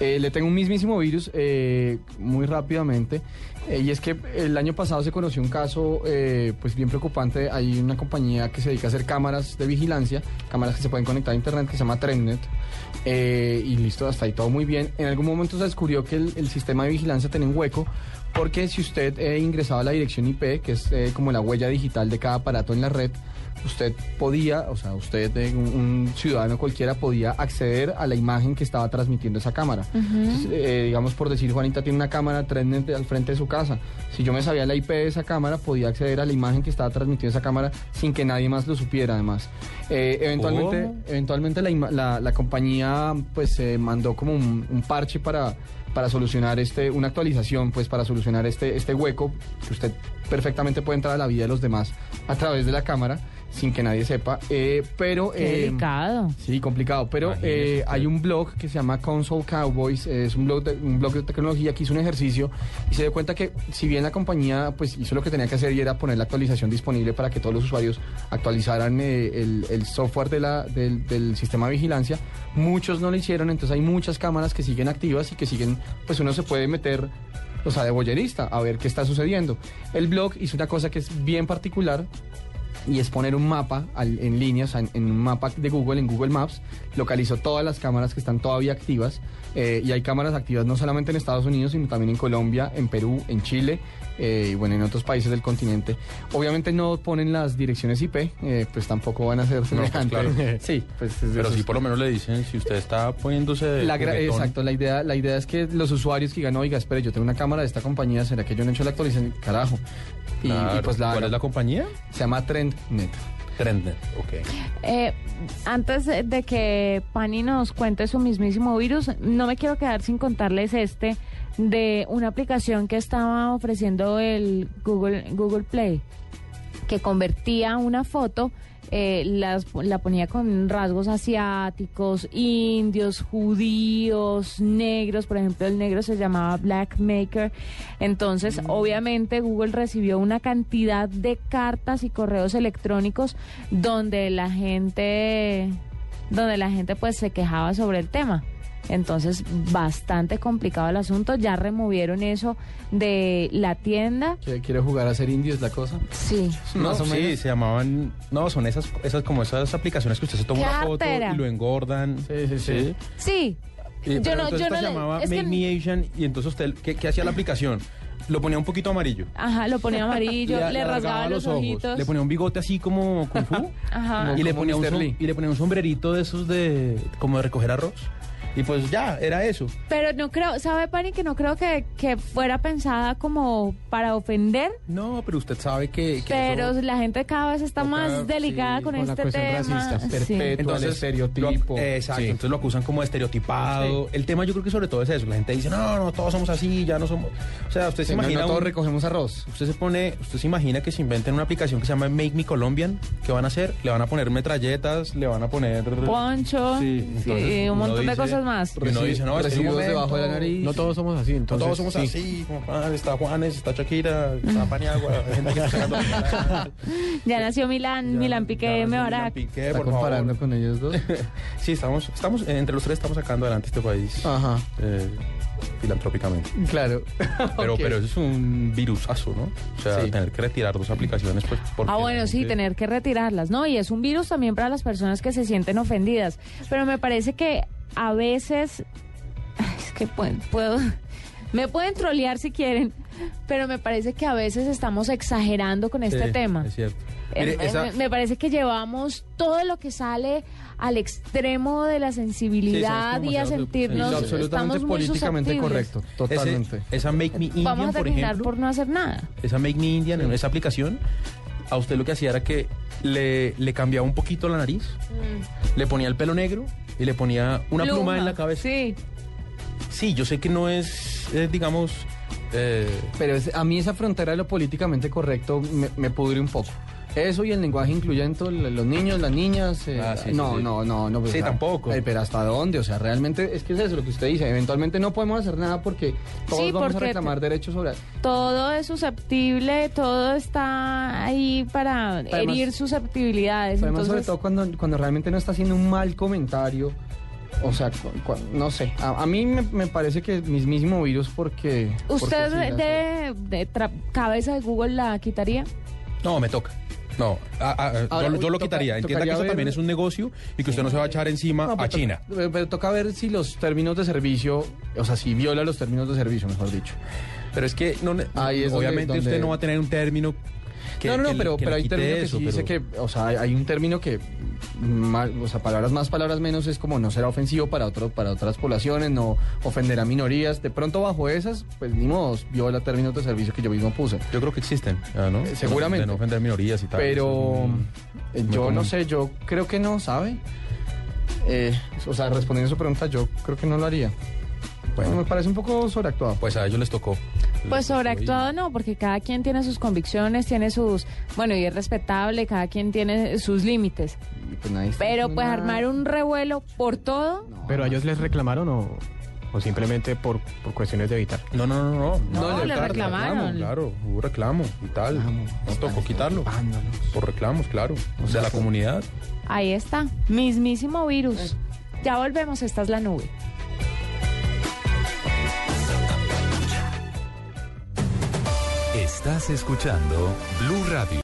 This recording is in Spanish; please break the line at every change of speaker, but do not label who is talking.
Eh, le tengo un mismísimo virus eh, muy rápidamente. eh, y es que el año pasado se conoció un caso eh, pues bien preocupante. Hay una compañía que se dedica a hacer cámaras de vigilancia, cámaras que se pueden conectar a internet, que se llama Trendnet. eh, y listo, hasta ahí todo muy bien. En algún momento se descubrió que el, el sistema de vigilancia tenía un hueco, porque si usted eh, ingresaba a la dirección IP, que es eh, como la huella digital de cada aparato en la red, usted podía, o sea, usted, eh, un, un ciudadano cualquiera, podía acceder a la imagen que estaba transmitiendo esa cámara. Entonces, eh, digamos, por decir, Juanita tiene una cámara Trendnet al frente de su casa. Si yo me sabía la IP de esa cámara, podía acceder a la imagen que estaba transmitiendo esa cámara sin que nadie más lo supiera, además. Eh, eventualmente, eventualmente la, ima- la- la compañía pues eh, mandó como un, un parche para para solucionar este, una actualización, pues para solucionar este, este hueco, que usted perfectamente puede entrar a la vida de los demás a través de la cámara, sin que nadie sepa. eh, pero.
Qué
eh,
delicado.
Sí, complicado. Pero eh, hay un blog que se llama Console Cowboys, eh, es un blog, de, un blog de tecnología que hizo un ejercicio y se dio cuenta que si bien la compañía pues hizo lo que tenía que hacer y era poner la actualización disponible para que todos los usuarios actualizaran eh, el, el software de la, del, del sistema de vigilancia, muchos no lo hicieron, entonces hay muchas cámaras que siguen activas y que siguen, pues uno se puede meter o sea, de boyerista, a ver qué está sucediendo. El blog hizo una cosa que es bien particular y es poner un mapa al- en línea, o sea, en, en un mapa de Google, en Google Maps, localizó todas las cámaras que están todavía activas eh, y hay cámaras activas no solamente en Estados Unidos, sino también en Colombia, en Perú, en Chile eh, y bueno, en otros países del continente. Obviamente no ponen las direcciones IP, eh, pues tampoco van a ser
pues
semejante.
claro.
Sí, pues es de
Pero
esos-
sí, por lo menos le dicen, si usted está poniéndose de
la gra-
juguetón,
exacto, la idea, la idea es que los usuarios que digan, oiga, espere, yo tengo una cámara de esta compañía, ¿será que yo no he hecho la actualización? Carajo. Y, y
claro.
pues la,
¿Cuál es la compañía?
se llama TrendNet.
Trendnet, ok.
Eh, antes de que Pani nos cuente su mismísimo virus, no me quiero quedar sin contarles este de una aplicación que estaba ofreciendo el Google, Google Play, que convertía una foto, eh, las- la ponía con rasgos asiáticos, indios, judíos, negros, por ejemplo, el negro se llamaba Black Maker. Entonces, obviamente, Google recibió una cantidad de cartas y correos electrónicos donde la gente, donde la gente pues se quejaba sobre el tema. Entonces, bastante complicado el asunto. Ya removieron eso de la tienda.
¿Qui- ¿Quiere jugar a ser indios la cosa?
Sí.
No,
Más o
sí,
menos.
se llamaban. No, son esas, esas como esas aplicaciones que usted se toma una foto
Cartera.
y lo engordan.
Sí, sí, sí.
Sí.
Y-
Yo
pero
no-
entonces
yo
esta
no
se
le-
llamaba
es que-
Make Me Asian y entonces usted, ¿qué, qué hacía la aplicación? Lo ponía un poquito amarillo.
Ajá, lo ponía amarillo, le, rasgaba, los,
ojos,
ojitos.
Le ponía un bigote así como Kung Fu.
Ajá.
y, le
Como
ponía un
Mr.
som-
Lee.
y le ponía un sombrerito de esos de. como de recoger arroz. Y pues ya, era eso.
Pero no creo, ¿sabe, Pani, que no creo que, que fuera pensada como para ofender?
No, pero usted sabe que. que
Pero
eso-
la gente cada vez está
toca,
más delicada
sí,
con
con la
este
cuestión
tema.
racista, perpetua. Todo el estereotipo.
lo- exacto,
Sí.
entonces lo acusan como de estereotipado. El tema yo creo que sobre todo es eso. La gente dice, no, no, todos somos así, ya no somos... O sea, usted
Si
se
no,
imagina...
no
un-
todos recogemos arroz.
Usted se pone, usted se imagina que se inventen una aplicación que se llama Make Me Colombian, ¿qué van a hacer? Le van a poner metralletas, le van a poner...
Poncho
Sí,
sí,
entonces
y
uno
un montón de
dice-
cosas más.
Reci- no dice, no, es que
Residuos
un momento,
debajo de la nariz.
no
todos somos así,
No
entonces.
todos somos así, como, ah, está Juanes, está Shakira, está Paniagua, hay gente que está sacando-
Ya nació Milán,
Ya,
Milán
ya,
Piqué, me
Milan
Barak.
Piqué,
¿Está
por
comparando
favor.
con ellos dos?
Sí, estamos, estamos, eh, entre los tres estamos sacando adelante este país
Ajá,
eh, filantrópicamente.
claro.
Pero,
Ok.
pero eso es un virusazo, ¿no? O sea,
Sí.
tener que retirar dos aplicaciones, pues. porque
Ah, bueno,
la
sí,
gente-
tener que retirarlas, ¿no? Y es un virus también para las personas que se sienten ofendidas. Pero me parece que a veces. Es que puen- puedo. Me pueden trolear si quieren, pero me parece que a veces estamos exagerando con este
Sí,
tema.
Es cierto.
Eh,
Mire,
me-
esa-
me, me parece que llevamos todo lo que sale al extremo de la sensibilidad y a
demasiado-
Y
sentirnos
sí,
absolutamente
estamos muy
políticamente
susceptibles.
correcto.
ese-
Totalmente.
esa Make Me Indian,
Vamos a
por
terminar
ejemplo.
por, no hacer nada.
Esa Make Me Indian, en esa aplicación, a usted lo que hacía era que le, le cambiaba un poquito la nariz, le ponía el pelo negro y le ponía una pluma, en la cabeza.
Mm. Sí.
Sí, yo sé que no es, eh, digamos, eh,
Pero es- a mí esa frontera de lo políticamente correcto me, me pudre un poco. Eso y el lenguaje incluyente, el- los niños, las niñas. eh,
Ah, sí, sí,
no,
sí.
no, no, no. pues,
Sí,
o sea,
tampoco.
eh, pero ¿hasta dónde? O sea, realmente es que es eso lo que usted dice. Eventualmente no podemos hacer nada porque todos
Sí,
vamos
porque
a reclamar
te-
derechos sobre...
Todo es susceptible, todo está ahí para
Además-
herir susceptibilidades.
Además, sobre
entonces,
todo cuando, cuando realmente no está haciendo un mal comentario. O sea, cu- cu- no sé. A, a mí me, me parece que mismísimo virus porque... porque
¿Usted
sí, ya sé.
de, de tra- cabeza de Google la quitaría?
no, me toca. No, ah, ah, eh,
Ahora,
yo,
uy,
yo lo
toca-
quitaría. Entienda que
tocaría
eso
ver-
también es un negocio y que usted no se va a echar encima
No, pues, pero
a
to-
China.
Pero, pero toca ver si los términos de servicio, o sea, si viola los términos de servicio, mejor dicho.
Pero es que no, ne-
Ahí es donde-
obviamente
donde-
usted no va a tener un término que
no, no, no,
que le-
pero,
que le
pero hay
quite
términos que
eso,
sí dice
pero-
que, o sea, hay- hay un término que, más- o sea, palabras más, palabras menos, es como no será ofensivo para, otro, para otras poblaciones, no ofenderá minorías. De pronto bajo esas, pues ni modo, viola términos de servicio que yo mismo puse.
Yo creo que existen, ah, ¿no?
Eh, seguramente.
De no ofender minorías y tal.
Pero eh,
muy
yo no
común.
sé, yo creo que no, ¿sabe? Eh, o sea, respondiendo a su pregunta, yo creo que no lo haría.
Bueno.
Me parece un poco sobreactuado.
Pues a ellos les tocó.
Pues sobreactuado no, porque cada quien tiene sus convicciones, tiene sus... Bueno, y es respetable, cada quien tiene sus límites.
Y pues nadie está
Pero
haciendo
pues
nada.
armar un revuelo por todo...
¿Pero a ellos les reclamaron o, o simplemente por, por cuestiones de evitar?
No, no, no, no.
No, le
claro,
reclamaron.
reclamo, claro, hubo reclamo y tal.
Reclamo.
Nos tocó quitarlo.
Vándalos.
Por reclamos, claro. De la comunidad.
Ahí está, mismísimo virus. Ya volvemos, esta es la nube.
Estás escuchando Blue Radio.